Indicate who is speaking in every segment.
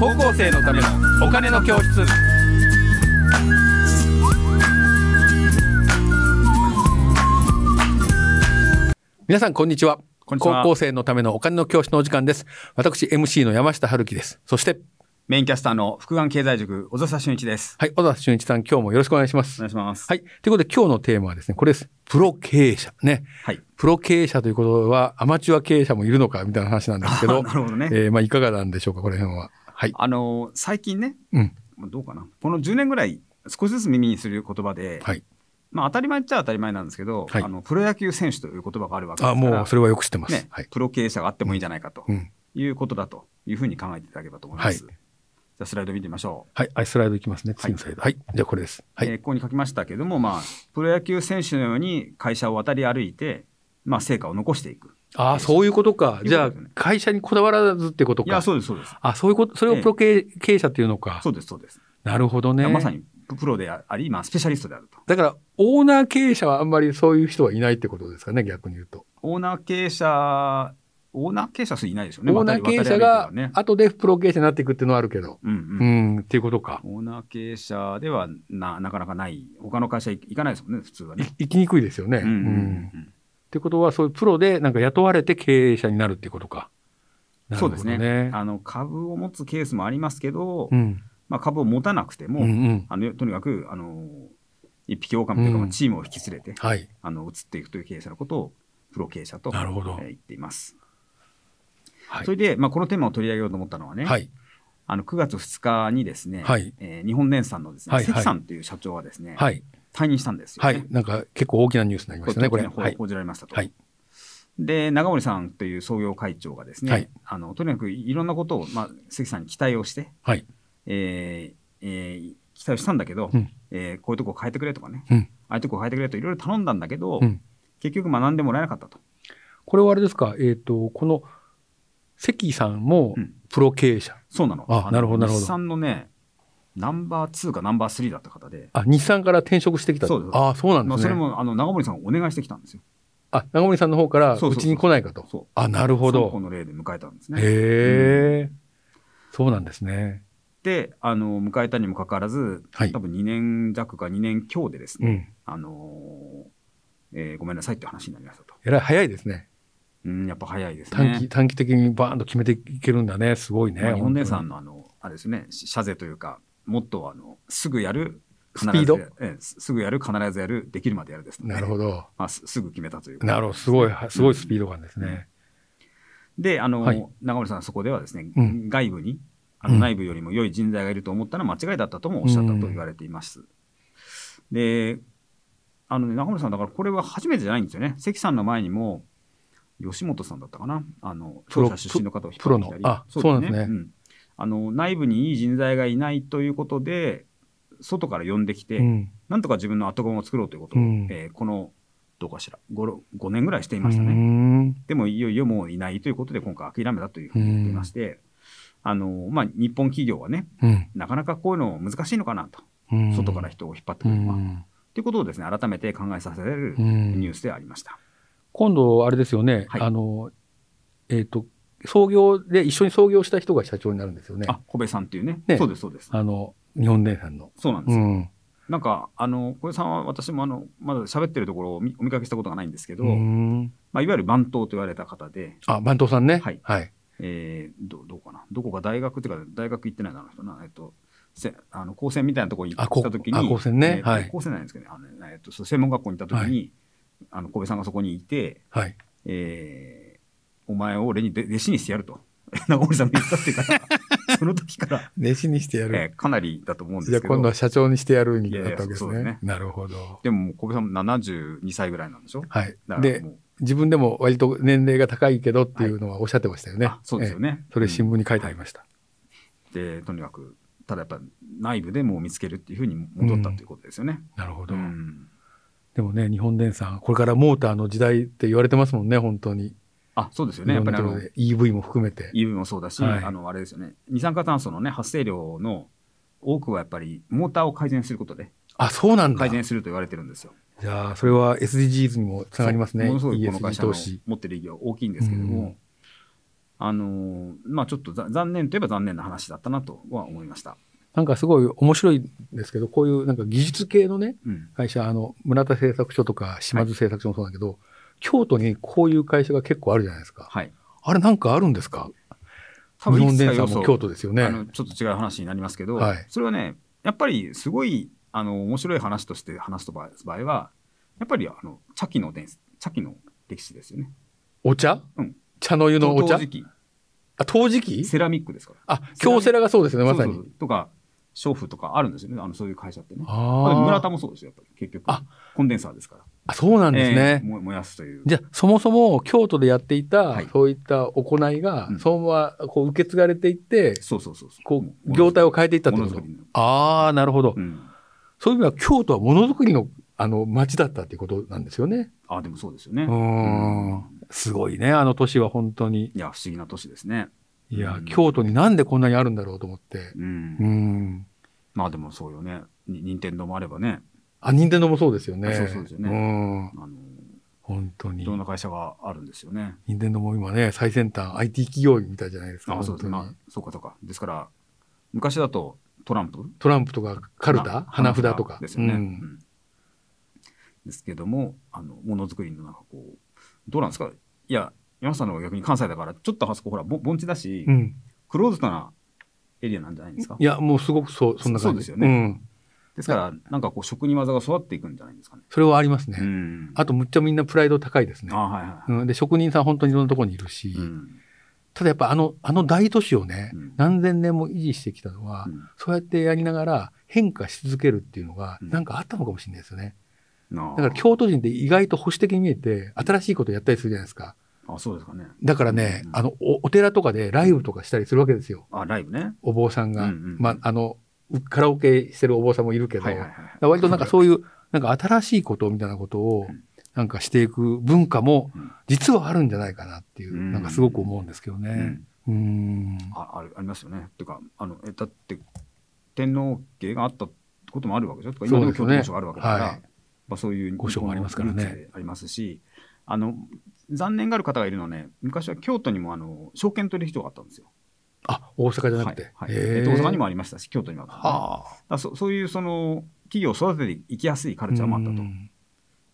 Speaker 1: 高校生のためのお金の教室皆さんこんにちは
Speaker 2: こんにちは
Speaker 1: 高校生のためのお金の教室のお時間です私 MC の山下春樹ですそして
Speaker 2: メインキャスターの福眼経済塾、小笹俊一です。
Speaker 1: はい小田俊一さん今日もよろしくお願いしま
Speaker 2: お
Speaker 1: す
Speaker 2: 願いします。
Speaker 1: はいということで今日のテーマはですねこれですプロ経営者ね
Speaker 2: はい。
Speaker 1: プロ経営者ということはアマチュア経営者もいるのかみたいな話なんですけど
Speaker 2: あ なるほどね
Speaker 1: えーまあいかがなんでしょうかこの辺ははい
Speaker 2: あのー最近ね、
Speaker 1: うん
Speaker 2: どうかな。この10年ぐらい、少しずつ耳にする言葉で、
Speaker 1: はい
Speaker 2: まあ当たり前っちゃ当たり前なんですけど、
Speaker 1: はい
Speaker 2: あのプロ野球選手という言葉があるわけで
Speaker 1: あ
Speaker 2: すから、
Speaker 1: もうそれはよく知ってます、
Speaker 2: ね
Speaker 1: はい
Speaker 2: プロ経営者があってもいいんじゃないかと
Speaker 1: うん
Speaker 2: いうことだというふうに考えていただければと思います。
Speaker 1: は
Speaker 2: じゃあスライド見てみましょう。
Speaker 1: はい、はい、スライドいきますね。次のスライド。はい。じゃあこれです。はい。
Speaker 2: えーここに書きましたけども、まあ、プロ野球選手のように会社を渡り歩いて、まあ、成果を残していく。
Speaker 1: ああ、そういうことか。じゃ
Speaker 2: いう
Speaker 1: あ
Speaker 2: ことですね、
Speaker 1: 会社にこだわらずってこと
Speaker 2: い
Speaker 1: か。
Speaker 2: や、そうです、そうです。
Speaker 1: あ、そういうこと、それを
Speaker 2: ええ
Speaker 1: プロ経営経営者っていうのか
Speaker 2: そ。うです、そうです。
Speaker 1: なるほどね。
Speaker 2: まさ。にプロであり、まあ、スペシャリストであると。
Speaker 1: だから、オーナー経営者はあんまりそういう人はいないってことですかね、逆に言うと。
Speaker 2: オーナー経営者、オーナー経営者はそういないですよね。
Speaker 1: オーナー経営者が
Speaker 2: 渡り歩いてるのはね、
Speaker 1: 後でプロ経営者になっていくっていうのはあるけど。
Speaker 2: うん
Speaker 1: う
Speaker 2: うん
Speaker 1: ん、っていうことか。
Speaker 2: オーナー経営者ではななかなかない、他の会社行かないですもんね、普通はね。
Speaker 1: い生きにくいですよね。
Speaker 2: うんうんう
Speaker 1: うん
Speaker 2: ん
Speaker 1: ってことは、そういうプロでなんか雇われて経営者になるっていうことか。なる
Speaker 2: そ
Speaker 1: ほ
Speaker 2: う
Speaker 1: ど
Speaker 2: ですねあの。株を持つケースもありますけど、
Speaker 1: うん。
Speaker 2: まあ、株を持たなくて
Speaker 1: うん
Speaker 2: も、
Speaker 1: うん。
Speaker 2: あのとにかくあの一匹狼というか、
Speaker 1: うん
Speaker 2: チームを引き連れて、
Speaker 1: はい。
Speaker 2: あの移っていくという経営者のことをプロ経営者と、え
Speaker 1: なるほど
Speaker 2: ー言っています。
Speaker 1: はい
Speaker 2: それで、まあ、このテーマを取り上げようと思ったのはね、
Speaker 1: はい。
Speaker 2: あの9月2日にですね、
Speaker 1: はい
Speaker 2: えー日本電産のですね、
Speaker 1: はいはい
Speaker 2: 関さんという社長がですね、
Speaker 1: はい。
Speaker 2: 退任したんですよ、
Speaker 1: は
Speaker 2: ね。
Speaker 1: い。なんか結構大きなニュースになりましたね、こ
Speaker 2: これ
Speaker 1: れ。
Speaker 2: 当然
Speaker 1: は
Speaker 2: 報
Speaker 1: い。
Speaker 2: 報じられましたと。
Speaker 1: はい
Speaker 2: で、長森さんという創業会長がですね、
Speaker 1: はい
Speaker 2: あのとにかくいろんなことを、まあ、関さんに期待をして、
Speaker 1: はい。
Speaker 2: えーえー期待をしたんだけど、
Speaker 1: うん
Speaker 2: えーこういうとこ変えてくれとかね、
Speaker 1: うん
Speaker 2: ああいうとこ変えてくれといろいろ頼んだんだけど、
Speaker 1: うん
Speaker 2: 結局学んでもらえなかったと。
Speaker 1: これはあれですか、えっ、と、この関さんも
Speaker 2: うん
Speaker 1: プロ経営者。
Speaker 2: そうなの。
Speaker 1: あ
Speaker 2: の
Speaker 1: なるほどなるほど
Speaker 2: 日産のね、ナンバー2かナンバー3だった方で、
Speaker 1: あ、日産から転職してきた。
Speaker 2: そうです
Speaker 1: ああ、そうなん
Speaker 2: ま
Speaker 1: です
Speaker 2: あ、そ
Speaker 1: ね。
Speaker 2: れもあの長森さんをお願いしてきたんですよ。
Speaker 1: あ、長森さんの方から、
Speaker 2: そうそう
Speaker 1: う
Speaker 2: そう
Speaker 1: ちに来ないかと。
Speaker 2: そう
Speaker 1: あ、なるほ
Speaker 2: 三個
Speaker 1: ど。
Speaker 2: の例で迎えたんです
Speaker 1: へ
Speaker 2: ね。
Speaker 1: え、そうなんですね。
Speaker 2: であの迎えたにもかかわらず、
Speaker 1: はい
Speaker 2: 多分2年弱か2年強でです
Speaker 1: う
Speaker 2: ね、
Speaker 1: ん。
Speaker 2: あのーえーごめんなさいって話になりましたと。
Speaker 1: えらい早いですね。
Speaker 2: うん、やっぱ早いですね。
Speaker 1: 短期、短期的にバーンと決めていけるんだね。すごいね。
Speaker 2: まあ、日本電
Speaker 1: 本
Speaker 2: 産のあのあれですね、し謝税というか、もっとあのすぐやる、
Speaker 1: スピード
Speaker 2: 必ずやええすすぐやる、必ずやる、できるまでやるです
Speaker 1: 当
Speaker 2: ね、
Speaker 1: になるほど。
Speaker 2: まあ、すすぐ決めたということ
Speaker 1: なるほど。すごい、はすごいスピード感ですね。
Speaker 2: で、あの、
Speaker 1: はい
Speaker 2: 長森さん、そこではですね、
Speaker 1: うん
Speaker 2: 外部に、あの
Speaker 1: うん
Speaker 2: 内部よりも良い人材がいると思ったのは間違いだったともおっしゃったと言われています。で、あのね、長森さん、だからこれは初めてじゃないんですよね。関さんの前にも、吉本さんだったかな、あの、
Speaker 1: プロ
Speaker 2: 商社出身の方を引っ
Speaker 1: プロ
Speaker 2: 張って
Speaker 1: の
Speaker 2: きたり、
Speaker 1: あそうなんですね
Speaker 2: んあの、内部にいい人材がいないということで、外から呼んできて、
Speaker 1: うん。
Speaker 2: なんとか自分の後駒を作ろうということを、
Speaker 1: うん
Speaker 2: えーこの、どうかしら5、5年ぐらいしていうましたね。
Speaker 1: ん。
Speaker 2: でもいよいよもういないということで、今回諦めたというふうに言っていまして、あのまあ、日本企業はね、
Speaker 1: うん。
Speaker 2: なかなかこういうの難しいのかなと、
Speaker 1: うん
Speaker 2: 外から人を引っ張って
Speaker 1: う
Speaker 2: くるのは。
Speaker 1: ん。
Speaker 2: ということをですね、改めて考えさせられる
Speaker 1: うん
Speaker 2: ニュースでありました。
Speaker 1: 今度、あれですよね、
Speaker 2: はい
Speaker 1: あの、えっ、と、創業で、一緒に創業した人が社長になるんですよね。
Speaker 2: あ、小部さんっていうね、
Speaker 1: ね
Speaker 2: そうです、そうです。
Speaker 1: あの、日本電産の。
Speaker 2: そうなんで
Speaker 1: う
Speaker 2: すよ。
Speaker 1: ん。
Speaker 2: なんか、あの、小部さんは私もあの、まだ喋ってるところを見お見かけしたことがないんですけど、
Speaker 1: うん
Speaker 2: まあ、いわゆる番頭と言われた方で、
Speaker 1: あ、番頭さんね。
Speaker 2: はい
Speaker 1: はい。
Speaker 2: えーどどうかな、どこか大学っていうか、大学行ってないだろう人な、えっと、せあの高専みたいなところに行
Speaker 1: あこ
Speaker 2: ったときに、
Speaker 1: あ高専ね
Speaker 2: えー
Speaker 1: はい
Speaker 2: 高専なんですけどね、あのねえっと、そう専門学校に行ったときに、あの、小部さんがそこにいて、
Speaker 1: はい。
Speaker 2: えーお前を俺にで弟子にしてやると、 長森さんが言ったってい うから、その時から、
Speaker 1: 弟子にしてや
Speaker 2: えーかなりだと思うん
Speaker 1: じ
Speaker 2: で
Speaker 1: ゃ
Speaker 2: す
Speaker 1: あ
Speaker 2: けど、
Speaker 1: 今度は社長にしてやるみたい
Speaker 2: い
Speaker 1: ないっ
Speaker 2: やや
Speaker 1: たわけです
Speaker 2: そうです
Speaker 1: ね
Speaker 2: ね。
Speaker 1: なるほど。
Speaker 2: でも、小部さんも72歳ぐらいなんでしょ
Speaker 1: はい
Speaker 2: だ。から
Speaker 1: で
Speaker 2: も、う、
Speaker 1: 自分でも割と年齢が高いけどっていうのはおっしゃってましたよね。
Speaker 2: あそうですよ
Speaker 1: え
Speaker 2: ね
Speaker 1: え。それ新聞に書いてありました。
Speaker 2: で、とにかく、ただやっぱ内部でもう見つけるっていうふうに戻ったということですよね。
Speaker 1: なるほど。
Speaker 2: うん
Speaker 1: でもね、日本電産、これからモーターの時代って言われてますもんね、本当に。
Speaker 2: あ、そうですよね。やっぱりあ
Speaker 1: いろん
Speaker 2: の
Speaker 1: な、ところで EV も含めて。
Speaker 2: EV もそうだし、
Speaker 1: はい
Speaker 2: あのあれですよね、二酸化炭素の、ね、発生量の多くはやっぱりモーターを改善することで、
Speaker 1: あ、そうなんだ
Speaker 2: 改。善すると言われてるんですよ。
Speaker 1: じゃあ、それは SDGs にもつながりますね。
Speaker 2: ものすごいこの
Speaker 1: ESG
Speaker 2: 会社の
Speaker 1: 投資。
Speaker 2: 持ってる意義は大きいんですけど
Speaker 1: う
Speaker 2: も
Speaker 1: ん、
Speaker 2: あのーまあちょっとざ残念といえば残念な話だったなとは思いました。
Speaker 1: なんかすごい面白いんですけど、こういうなんか技術系のね、
Speaker 2: うん、
Speaker 1: 会社、あの、村田製作所とか島津製作所もそうだけど、京都にこういう会社が結構あるじゃないですか。
Speaker 2: はい。
Speaker 1: あれなんかあるんですか
Speaker 2: 多
Speaker 1: 日
Speaker 2: 分
Speaker 1: 本
Speaker 2: いくつか
Speaker 1: 電
Speaker 2: 要
Speaker 1: 産
Speaker 2: 素
Speaker 1: も京都ですよね
Speaker 2: あ。のちょっと違う話になりますけど、
Speaker 1: はい
Speaker 2: それはねやっぱりすごいあの面白い話として話す場合場合はやっぱりあの茶器の伝茶器の歴史ですよね。
Speaker 1: お茶、
Speaker 2: うん
Speaker 1: 茶の湯のお茶
Speaker 2: 陶磁器
Speaker 1: あ、陶磁器
Speaker 2: セラミックですから。
Speaker 1: あ、京セラがそうですね、まさに。
Speaker 2: そうそうそうとか娼婦とかあるんですよねあのそういう会社ってね。
Speaker 1: あ
Speaker 2: あ
Speaker 1: ー
Speaker 2: 村田もそうですよやっぱり結局
Speaker 1: あ
Speaker 2: コンデンサーですから。
Speaker 1: あそうなんですね。
Speaker 2: えーも燃やすという。
Speaker 1: じゃあ、そもそも京都でやっていた、
Speaker 2: はい
Speaker 1: そういった行いが、
Speaker 2: うん
Speaker 1: そのままこう受け継がれていって、
Speaker 2: そうそうそうそう。
Speaker 1: こう、業態を変えていったって
Speaker 2: も
Speaker 1: こ
Speaker 2: のづ
Speaker 1: と
Speaker 2: くりになる
Speaker 1: ああ、なるほど。
Speaker 2: うん
Speaker 1: そういう意味では、京都はものづくりの、あの、町だったっていうことなんですよね。
Speaker 2: あでもそうですよね。
Speaker 1: うーん。
Speaker 2: うん
Speaker 1: すごいね、あの都市は本当に。
Speaker 2: いや不思議な都市ですね。
Speaker 1: いや、
Speaker 2: うん
Speaker 1: 京都になんでこんなにあるんだろうと思って。
Speaker 2: うん
Speaker 1: うん。
Speaker 2: まあでもそうよね。に任天堂もあればね、
Speaker 1: あ、任天堂もそうですよね。
Speaker 2: あそうそうですよね
Speaker 1: うん。
Speaker 2: あの
Speaker 1: 本当
Speaker 2: い
Speaker 1: に
Speaker 2: ろ。んな会社があるんですよね。
Speaker 1: 任天堂も今ね、最先端 IT 企業みたいじゃないですか。
Speaker 2: あそうです
Speaker 1: 本
Speaker 2: ね。
Speaker 1: 当
Speaker 2: ま
Speaker 1: に
Speaker 2: あそうかそうか。ですから昔だとトランプ、
Speaker 1: トランプとかカルタ、
Speaker 2: まあ
Speaker 1: 花札とか。
Speaker 2: ですよね。
Speaker 1: う
Speaker 2: うんんですけどもあのものづくりのなんかこうどうなんですか。いや山下さんの方が逆に関西だからちょっとあそこほらぼ盆地だし、
Speaker 1: うん。
Speaker 2: クローズドなエリアなんじゃないですか
Speaker 1: い。や、もうすごくそう、そんな感じ。
Speaker 2: そうですよね
Speaker 1: うん。
Speaker 2: ですからなんかこう職人技が育っていくんじゃないですかね。
Speaker 1: それはありますね。
Speaker 2: うん
Speaker 1: あと、むっちゃみんなプライド高いですね。
Speaker 2: あはいはい。
Speaker 1: うん、で、職人さん本当にいろんなところにいるし、
Speaker 2: うん
Speaker 1: ただやっぱあの、あの大都市をね、
Speaker 2: うん
Speaker 1: 何千年も維持してきたのは、
Speaker 2: うん
Speaker 1: そうやってやりながら変化し続けるっていうのが、
Speaker 2: うん
Speaker 1: なんかあったのかもしれないですよね。
Speaker 2: なあ
Speaker 1: だから京都人って意外と保守的に見えて、新しいことやったりするじゃないですか。
Speaker 2: あそうですかね。
Speaker 1: だからね、
Speaker 2: うん
Speaker 1: あのお、お寺とかでライブとかしたりするわけですよ。
Speaker 2: あライブね。
Speaker 1: お坊さんが。
Speaker 2: うんうん
Speaker 1: まあ、あの、カラオケしてるお坊さんもいるけど、
Speaker 2: はいはいはい
Speaker 1: だから割となんかそういう、なんか新しいことみたいなことを
Speaker 2: うん、
Speaker 1: なんかしていく文化も
Speaker 2: うん、
Speaker 1: 実はあるんじゃないかなっていう、
Speaker 2: うん
Speaker 1: なんかすごく思うんですけど
Speaker 2: う
Speaker 1: ね。
Speaker 2: ん
Speaker 1: うん。
Speaker 2: ああるありますよね。っていうかあのえだって天皇家があったこともあるわけでしょとか今でも京
Speaker 1: そ
Speaker 2: 都
Speaker 1: うですね
Speaker 2: 御所があるわけだから、
Speaker 1: はい
Speaker 2: まあ、そういう
Speaker 1: 御所もありますからね
Speaker 2: 日本のルーツでありますしあの残念がある方がいるのはね昔は京都にもあの証券取引所があったんですよ。
Speaker 1: あ、大阪じゃなくて。
Speaker 2: はいはい
Speaker 1: へ
Speaker 2: え
Speaker 1: ー
Speaker 2: っと大阪にもありましたし京都にもあったんですね、だか
Speaker 1: はあ。
Speaker 2: らそそういうその企業を育てていきやすいカルチャーもあった
Speaker 1: う
Speaker 2: と
Speaker 1: ん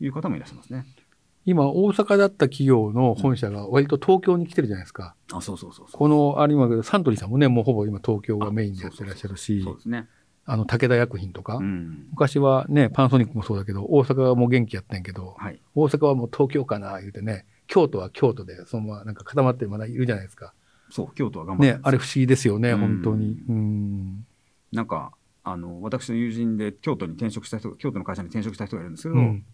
Speaker 2: いう方もいらっしゃいますね。
Speaker 1: 今、大阪だった企業の本社が割と東京に来てるじゃないですか。
Speaker 2: あそうそうそうそう。
Speaker 1: この、あれ今、サントリーさんもね、もうほぼ今東京がメインでやってらっしゃるし
Speaker 2: そう、ですね。
Speaker 1: あの、武田薬品とか
Speaker 2: う、ん。
Speaker 1: 昔はね、パナソニックもそうだけど、大阪も元気やったんやけど、
Speaker 2: はい。
Speaker 1: 大阪はもう東京かな、言うてね、京都は京都で、そのままなんか固まってまだいるじゃないですか。
Speaker 2: そう京都は頑張って
Speaker 1: ね
Speaker 2: ま、す
Speaker 1: あれ不思議ですよね、
Speaker 2: うん
Speaker 1: 本当に。うん。
Speaker 2: なんかあの私の友人で京都に転職した人が京都の会社に転職した人がいるんですけど、
Speaker 1: うん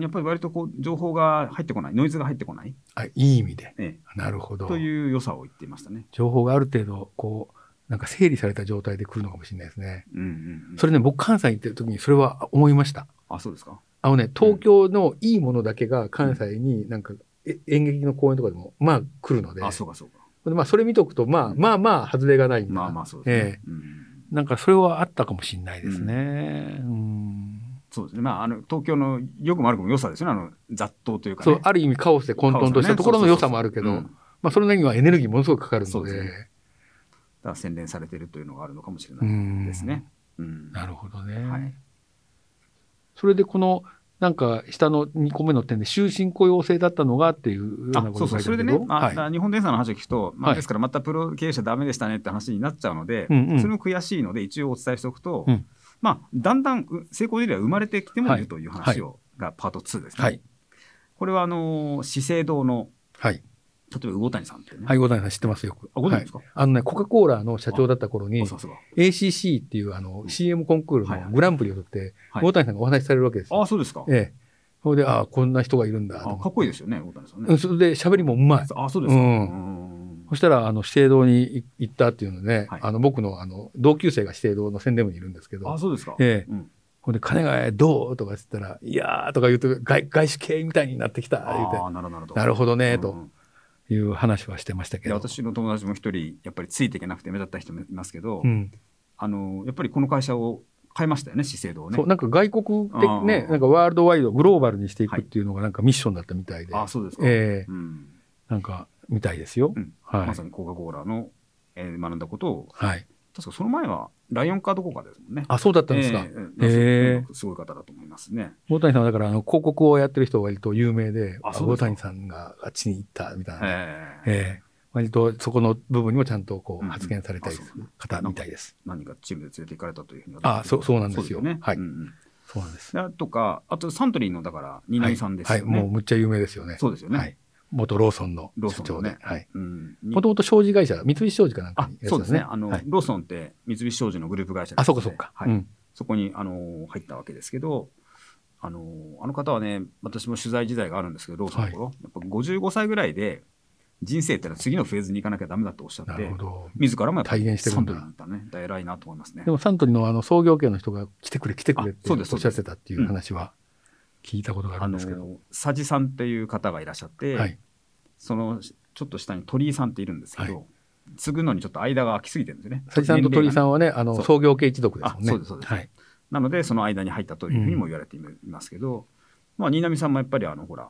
Speaker 2: やっぱり割とこう情報が入ってこないノイズが入ってこない、
Speaker 1: あいい意味で。
Speaker 2: え
Speaker 1: なるほ
Speaker 2: え、
Speaker 1: ど。
Speaker 2: という良さを言っていましたね。
Speaker 1: 情報がある程度、こう、なんか整理された状態で来るのかもしれないですね。
Speaker 2: うんうんうん、
Speaker 1: それね、僕関西行ってる時にそれは思いました。
Speaker 2: あそうですか。
Speaker 1: あのね、東京のいいものだけが関西になんか、え演劇の公演とかでも、まあ来るので、
Speaker 2: あそうかそうか。
Speaker 1: でまあそれ見とくと、まあ、まあまあ外れがないんだな。
Speaker 2: まあまあそうです
Speaker 1: え。
Speaker 2: ねうんうんうん
Speaker 1: なんかそれはあったかもしれないですね。うん
Speaker 2: そうですね。まああの東京の良くも悪くも良さですよね。あの雑踏というか、ね。
Speaker 1: そう、ある意味カオスで混沌としたところの良さもあるけど、
Speaker 2: そうそうそうそううん
Speaker 1: まあそれなりにはエネルギーものすごくかかる
Speaker 2: そ
Speaker 1: の
Speaker 2: う
Speaker 1: で。
Speaker 2: ですねだから洗練されているというのがあるのかもしれ
Speaker 1: う
Speaker 2: ない
Speaker 1: ん
Speaker 2: ですね。うん
Speaker 1: なるほどね。
Speaker 2: はい
Speaker 1: それでこの、なんか下の2個目の点で終身雇用制だったのがっていうような
Speaker 2: あ
Speaker 1: こ
Speaker 2: そ
Speaker 1: と
Speaker 2: うそう、それで
Speaker 1: け
Speaker 2: ね
Speaker 1: ど、
Speaker 2: ま
Speaker 1: は
Speaker 2: あ
Speaker 1: い
Speaker 2: だから日本電産の話を聞くと、まあ、
Speaker 1: はい
Speaker 2: ですからまたプロ経営者ダメでしたねって話になっちゃうので、
Speaker 1: うんうん
Speaker 2: それも悔しいので、一応お伝えしておくと、
Speaker 1: うん
Speaker 2: まあ、だんだんう成功事例は生まれてきてもい
Speaker 1: は
Speaker 2: る
Speaker 1: い
Speaker 2: という話を、がパート2ですね。
Speaker 1: はい。
Speaker 2: これはあのー資生堂の、
Speaker 1: はい。
Speaker 2: 例えば魚谷さんってね、
Speaker 1: はい、ございます。知ってますよく。
Speaker 2: あご存知ですか
Speaker 1: はいあのね、コカ・コーラの社長だった頃に
Speaker 2: お、さすが。
Speaker 1: ACC っていうあの CM コンクール
Speaker 2: はいは
Speaker 1: の
Speaker 2: い
Speaker 1: グランプリを取って、
Speaker 2: はい
Speaker 1: 大谷さんがお話しされるわけですよ。
Speaker 2: あそうですか。
Speaker 1: ええ。それで、ああ、こんな人がいるんだと
Speaker 2: あか
Speaker 1: 思
Speaker 2: っ
Speaker 1: って。
Speaker 2: こいいですよね、魚谷さん
Speaker 1: う
Speaker 2: ね
Speaker 1: ん。それで喋りもうまい。
Speaker 2: あそうですか。
Speaker 1: うん
Speaker 2: うん
Speaker 1: そしたら、あの、資生堂に行ったっていうので、
Speaker 2: はい
Speaker 1: あの、僕の、あの、同級生が資生堂の宣伝部にいるんですけ
Speaker 2: あ
Speaker 1: ど、
Speaker 2: そうですか。
Speaker 1: ええ
Speaker 2: うん
Speaker 1: ほんで、金がどうとか言ったら、いやーとか言うと、外外資系みたいになってきた、言う
Speaker 2: あ
Speaker 1: て、
Speaker 2: あ、なるほど。
Speaker 1: なるほどね、
Speaker 2: うんうん
Speaker 1: という話はしてましたけ
Speaker 2: いや
Speaker 1: ど。
Speaker 2: 私の友達も一人、やっぱりついていけなくて目立った人もいますけど、
Speaker 1: うん。
Speaker 2: あのやっぱりこの会社を変えましたよね、資生堂をね
Speaker 1: そ。う、なんか外国的
Speaker 2: あ
Speaker 1: ね、
Speaker 2: ー
Speaker 1: なんかワールドワイド、グローバルにしてい
Speaker 2: は
Speaker 1: く
Speaker 2: い
Speaker 1: っていうのがなんかミッションだったみたいで、
Speaker 2: あそうですか。
Speaker 1: ええ
Speaker 2: うん、
Speaker 1: なんかみたいですよ。
Speaker 2: うん
Speaker 1: は
Speaker 2: ま
Speaker 1: い
Speaker 2: さ。にコカ・コーラの、えー学んだことを、
Speaker 1: はい。
Speaker 2: 確かその前はライオンかどこかですもんね。
Speaker 1: あ、そうだったんですか。
Speaker 2: え
Speaker 1: へ
Speaker 2: ーすごい方だと思いますね。
Speaker 1: 大谷さんはだからあの広告をやってる人が割と有名で、
Speaker 2: あ
Speaker 1: あ
Speaker 2: そうで
Speaker 1: 大
Speaker 2: すか
Speaker 1: 谷さんがあっちに行ったみたいな、
Speaker 2: えー
Speaker 1: ええ割とそこの部分にもちゃんとこ
Speaker 2: う
Speaker 1: うん発言されたり
Speaker 2: あ
Speaker 1: す
Speaker 2: そう
Speaker 1: る方みたいです。
Speaker 2: 何かチームで連れて行かれたというふうに
Speaker 1: あそうそうなんですよ
Speaker 2: ね、
Speaker 1: はい
Speaker 2: うんうん
Speaker 1: そうなんです。
Speaker 2: だとか、あとサントリーのだから、新浪さんです
Speaker 1: はい、
Speaker 2: よね。
Speaker 1: はいもうむっちゃ有名ですよね。
Speaker 2: そうですよね。
Speaker 1: はい。元ローソンの
Speaker 2: ローソ
Speaker 1: 社
Speaker 2: ン
Speaker 1: 長
Speaker 2: のね
Speaker 1: で、はい。
Speaker 2: うん、
Speaker 1: もともと商事会社、三菱商事かなんか
Speaker 2: あ
Speaker 1: にいらっしゃる
Speaker 2: そうんですねあの、
Speaker 1: はい
Speaker 2: ローソンって三菱商事のグループ会社ですので
Speaker 1: あ、そうかそうか。
Speaker 2: はい
Speaker 1: うん
Speaker 2: そこに、あのー入ったわけですけど、あのーあの方はね、私も取材時代があるんですけど、ローソンの頃、やっぱ55歳ぐらいで、人生ってのは次のフェーズに行かなきゃだめだとおっしゃっ
Speaker 1: な
Speaker 2: て
Speaker 1: るほ、ど。
Speaker 2: 自らもやっぱ
Speaker 1: 体現してるんだ
Speaker 2: サントリーに行ったね、偉いなと思いますね
Speaker 1: で。もサントリーのあの創業系の人が来てくれ来てくれって
Speaker 2: あそ
Speaker 1: お
Speaker 2: うです
Speaker 1: っしゃってたってい
Speaker 2: そう
Speaker 1: う
Speaker 2: です
Speaker 1: 話は聞いたことがあ
Speaker 2: あ
Speaker 1: るん
Speaker 2: の
Speaker 1: ですけど。
Speaker 2: ー佐治さんっていう方がいらっしゃって、
Speaker 1: はい。
Speaker 2: そのちょっと下に鳥居さんっているんですけど、継ぐのにちょっと間が空きすぎてるんですね。
Speaker 1: 佐治さんと鳥居さ
Speaker 2: ん
Speaker 1: んはね、あ
Speaker 2: そ
Speaker 1: の
Speaker 2: う
Speaker 1: 創業系一族ですもんね。
Speaker 2: あそうですそうです
Speaker 1: はい。
Speaker 2: なので、その間に入ったというふうにも言われていますけど、まあ、新浪さんもやっぱり、あの、ほら、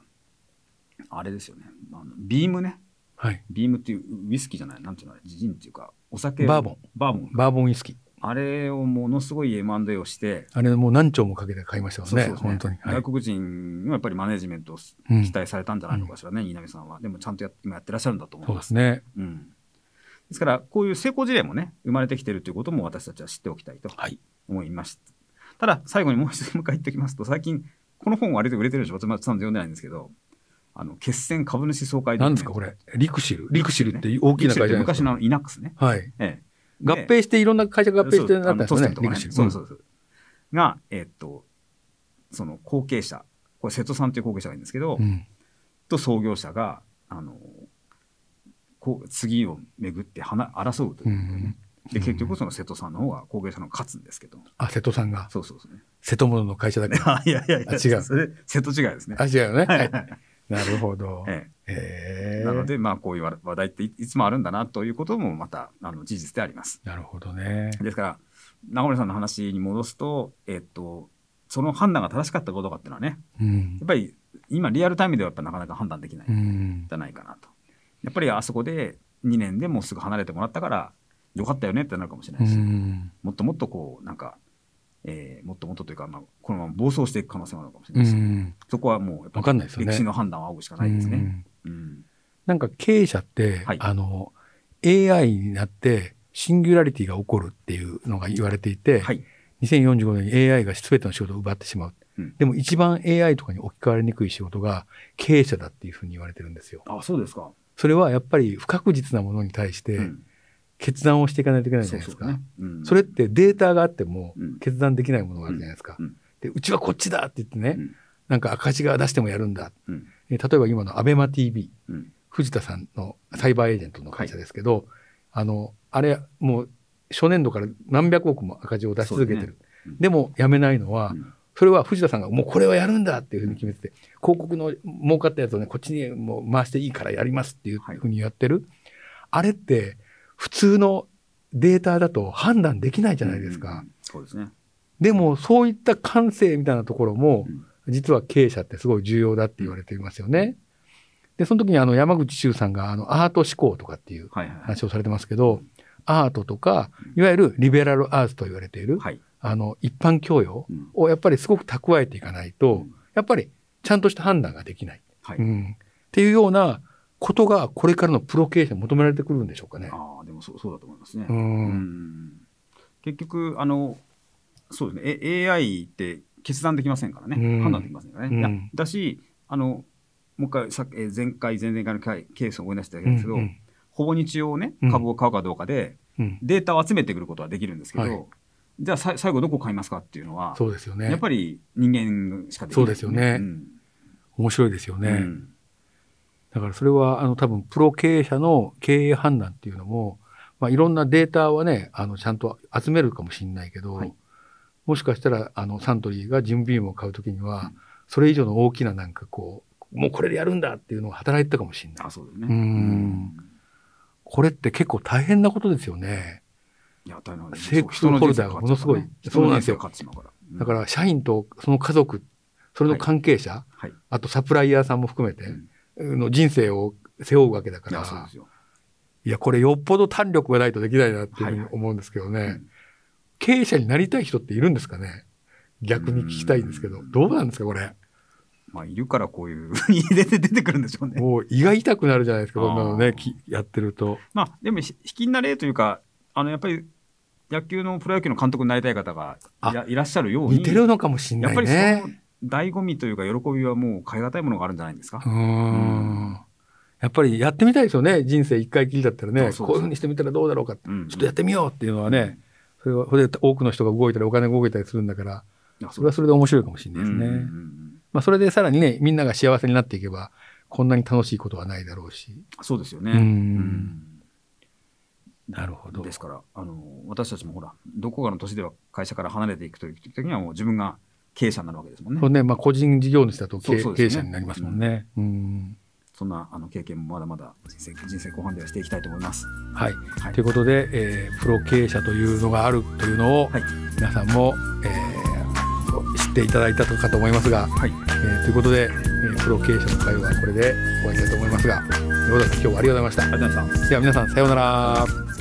Speaker 2: あれですよね、あのビームね、
Speaker 1: はい。ビ
Speaker 2: ビームっていうウイスキーじゃない、なんていうの、ジジンっていうか、お酒を
Speaker 1: バーボン。
Speaker 2: バーボン。
Speaker 1: バーボンウイスキー。
Speaker 2: あれをものすごい M&A をして、
Speaker 1: あれもう何丁もかけて買いましたもん
Speaker 2: そう
Speaker 1: ね。
Speaker 2: そうですね
Speaker 1: 本当に。はい
Speaker 2: 外国人のやっぱりマネジメントを
Speaker 1: うん
Speaker 2: 期待されたんじゃないのかしらね、新浪さんは。でも、ちゃんとや今やってらっしゃるんだと思い
Speaker 1: そうで
Speaker 2: ます。
Speaker 1: すね。
Speaker 2: うんですから、こういう成功事例もね、生まれてきているということも私たちは知っておきたいと
Speaker 1: はい
Speaker 2: 思います。ただ、最後にもう一度もう一回言っておきますと、最近、この本は割と売れてるでしょ、私もちゃんと読んでないんですけど、あの決戦株主総会
Speaker 1: 何ですかこれ。リクシル。リクシルって大
Speaker 2: 大き
Speaker 1: きな
Speaker 2: な会
Speaker 1: 会
Speaker 2: 社
Speaker 1: 社
Speaker 2: 昔
Speaker 1: の。
Speaker 2: のあのイナックスね。
Speaker 1: はい。
Speaker 2: ええ
Speaker 1: 合併していろんな会社が合併してなったんですよね。リクシ
Speaker 2: ね。
Speaker 1: ル。
Speaker 2: そう
Speaker 1: う
Speaker 2: そ
Speaker 1: ん
Speaker 2: うそう。が、えっと、その後継者、これ瀬戸さんという後継者がいるんですけど、
Speaker 1: うん
Speaker 2: と創業者が、あの、こう次をめぐって話争うといううことでね、
Speaker 1: ん。
Speaker 2: で結局その瀬戸さんの方が後継者の方が勝つんですけど、
Speaker 1: あ、瀬戸さんが。
Speaker 2: そうそうそう ね。
Speaker 1: 瀬戸物の会社 だから。
Speaker 2: あいやいやいや、
Speaker 1: あ違う
Speaker 2: それ瀬戸違いですね。
Speaker 1: あ、違うよね。はい
Speaker 2: い。
Speaker 1: なるほど。
Speaker 2: え
Speaker 1: へ
Speaker 2: え
Speaker 1: え。
Speaker 2: なので、まあ、こういう話話題っていいつもあるんだなということもまたあの事実であります。
Speaker 1: なるほどね。
Speaker 2: ですから、中村さんの話に戻すと、えっと、その判断が正しかったことかっていうのはね、
Speaker 1: うん
Speaker 2: やっ。ぱり今、リアルタイムではやっぱなかなか判断できない
Speaker 1: うんん
Speaker 2: じゃないかなと。やっぱりあそこで2年でもうすぐ離れてもらったから、よかったよねってなるかもしれ
Speaker 1: う
Speaker 2: ないし、
Speaker 1: ん。
Speaker 2: もっともっとこう、なんか、えーもっともっとというか、まあ、このまま暴走していく可能性もあるかもしれ
Speaker 1: う
Speaker 2: ないし、
Speaker 1: ん。
Speaker 2: そこはもうやっぱ
Speaker 1: わ
Speaker 2: り
Speaker 1: かんないですよね。
Speaker 2: 歴史の判断は仰ぐしかないです
Speaker 1: う
Speaker 2: ね。
Speaker 1: ん
Speaker 2: うん
Speaker 1: なんか経営者って、
Speaker 2: はい
Speaker 1: あの、AI になってシンギュラリティが起こるっていうのが言われていて、
Speaker 2: はい。
Speaker 1: 2045年に AI が全ての仕事を奪ってしまう。
Speaker 2: うん
Speaker 1: でも一番 AI とかに置き換わりにくい仕事が経営者だっていうふうに言われてるんですよ。
Speaker 2: あ、そうですか。
Speaker 1: それはやっぱり不確実なものに対して
Speaker 2: うん
Speaker 1: 決断をしていかないといけないじゃ
Speaker 2: そう
Speaker 1: ないです
Speaker 2: そう
Speaker 1: か。
Speaker 2: ね。うん
Speaker 1: それってデータがあっても
Speaker 2: うん
Speaker 1: 決断できないものがあるじゃないですか。
Speaker 2: うんうん
Speaker 1: でうちはこっちだって言ってね、
Speaker 2: うん
Speaker 1: なんか赤字が出してもやるんだ。
Speaker 2: うん
Speaker 1: え例えば今のアベマ t v
Speaker 2: うん
Speaker 1: 藤田さんのサイバーエージェントの会社ですけど、あの、あれ、もう初年度から何百億も赤字を出し続けて
Speaker 2: そう
Speaker 1: る。
Speaker 2: ねうん
Speaker 1: でもやめないのは、
Speaker 2: うん
Speaker 1: それは藤田さんがもうこれをやるんだっていうふうに決めてて、広告の儲かったやつをね、こっちにもう回していいからやりますっていう
Speaker 2: はい
Speaker 1: ふうにやってる。あれって、普通のデータだと判断できないじゃないですか。
Speaker 2: うんうんそうですね。
Speaker 1: でも、そういった感性みたいなところも、
Speaker 2: うん
Speaker 1: 実は経営者ってすごい重要だって言われていますよね。で、その時にあの山口周さんがあのアート思考とかっていう
Speaker 2: はいはいはい。
Speaker 1: 話をされてますけど、アートとか、いわゆるリベラルアーツと言われている、
Speaker 2: はい。
Speaker 1: あの一般教養
Speaker 2: うん
Speaker 1: をやっぱりすごく蓄えていかないうと
Speaker 2: ん、
Speaker 1: やっぱりちゃんとした判断ができない。
Speaker 2: はい
Speaker 1: うん、っていうようなことがこれからのプロ経営者に求められてくるんでしょうかね。
Speaker 2: ああ、でもそうそうだと思いますね。
Speaker 1: う。
Speaker 2: うんん結局、あの、そうですね、A- AI って決断できませんからね、
Speaker 1: うん
Speaker 2: 判断できませんからね。
Speaker 1: うん
Speaker 2: いやだし、あの、もう一回さっき、えー前回、前々回の回ケースを思い出したんですけど、
Speaker 1: うんうん
Speaker 2: ほぼ日曜ね
Speaker 1: う、ん
Speaker 2: 株を買うかどうかで、
Speaker 1: うん
Speaker 2: データを集めてくることはできるんですけど、
Speaker 1: はい
Speaker 2: じゃあさい最後どこ買いますかっていうのは、
Speaker 1: そうですよね。
Speaker 2: やっぱり人間しかできな
Speaker 1: そ
Speaker 2: い、
Speaker 1: うですよね
Speaker 2: うん
Speaker 1: 面白いですよね。
Speaker 2: うん
Speaker 1: だからそれはあの多分プロ経営者の経営判断っていうのも、まあ、いろんなデータはねあのちゃんと集めるかもしれないけど、
Speaker 2: はい
Speaker 1: もしかしたらあのサントリーが準備員を買うときには、
Speaker 2: うん
Speaker 1: それ以上の大きななんかこうもうこれでやるんだっていうのが働いてたかもしれない
Speaker 2: あ、そうだよね。
Speaker 1: うんこれって結構大変なことですよね
Speaker 2: いや、大変だね
Speaker 1: セークションホルダーがものすごい
Speaker 2: 人の人生
Speaker 1: そう
Speaker 2: 変わっちゃうからね
Speaker 1: だから社員とその家族それの関係者、
Speaker 2: はい
Speaker 1: あとサプライヤーさんも含めて、
Speaker 2: うん
Speaker 1: の人生を背負うわけだか
Speaker 2: い
Speaker 1: ら、
Speaker 2: や、そうで
Speaker 1: い
Speaker 2: すよ。
Speaker 1: や、これよっぽど胆力がないとできないなっていうふうに思うんですけどね、
Speaker 2: うん
Speaker 1: 経営者になりたい人っているんですかね逆に聞きたいんですけど
Speaker 2: う、ん
Speaker 1: どうなんですか、これ。
Speaker 2: まあ、いるからこういう、出て出てくるんでしょうね。
Speaker 1: もう胃が痛くなるじゃないですか、こんなの
Speaker 2: あ
Speaker 1: ね、
Speaker 2: ー
Speaker 1: きやってると。
Speaker 2: まあ、でも、ひ引きんなれというか、あの、やっぱり、野球のプロ野球の監督になりたい方がいらいらっしゃるように、
Speaker 1: 似てるのかもしれ
Speaker 2: や
Speaker 1: な
Speaker 2: っ
Speaker 1: い
Speaker 2: ぱりそ
Speaker 1: ね。
Speaker 2: の醍醐味というか、喜びはもう変え難いものがあるんじゃないんですか。
Speaker 1: うーん。やっぱりやってみたいですよね。人生一回きりだったらね、
Speaker 2: そうそうそう
Speaker 1: こういうふうにしてみたらどうだろうかって。
Speaker 2: うん
Speaker 1: ちょっとやってみようっていうのはね、それは、それで多くの人が動いたり、お金が動いたりするんだから、
Speaker 2: いやそ
Speaker 1: それはそれで面白いかもしれ
Speaker 2: う
Speaker 1: ないですね。
Speaker 2: うんうんうん
Speaker 1: まあ、それでさらにね、みんなが幸せになっていけば、こんなに楽しいことはないだろうし。
Speaker 2: そうですよね。
Speaker 1: うん
Speaker 2: うん
Speaker 1: なるほど。
Speaker 2: ですからあの、私たちもほら、どこかの年では会社から離れていくという時には、もう自分が経営者になるわけですもんね
Speaker 1: そう。ね、まあ、個人事業主だと経
Speaker 2: そうそう
Speaker 1: 経
Speaker 2: で
Speaker 1: 営
Speaker 2: すね
Speaker 1: 者になりますもんね。うん。
Speaker 2: そんなあの経験もまだまだ人生人生後半ではしていきたいと思います。
Speaker 1: はい。
Speaker 2: はい
Speaker 1: ということで、えープロ経営者というのがあるというのを、
Speaker 2: はい
Speaker 1: 皆さんも、えー知っていただいたかと思いますが、
Speaker 2: はい、
Speaker 1: えーということで、えープロ経営者の会話はこれで終わりたいと思いますが、山田さん今日はありがとうございました。
Speaker 2: ありがとうございました。
Speaker 1: では皆さんさようなら。
Speaker 2: さ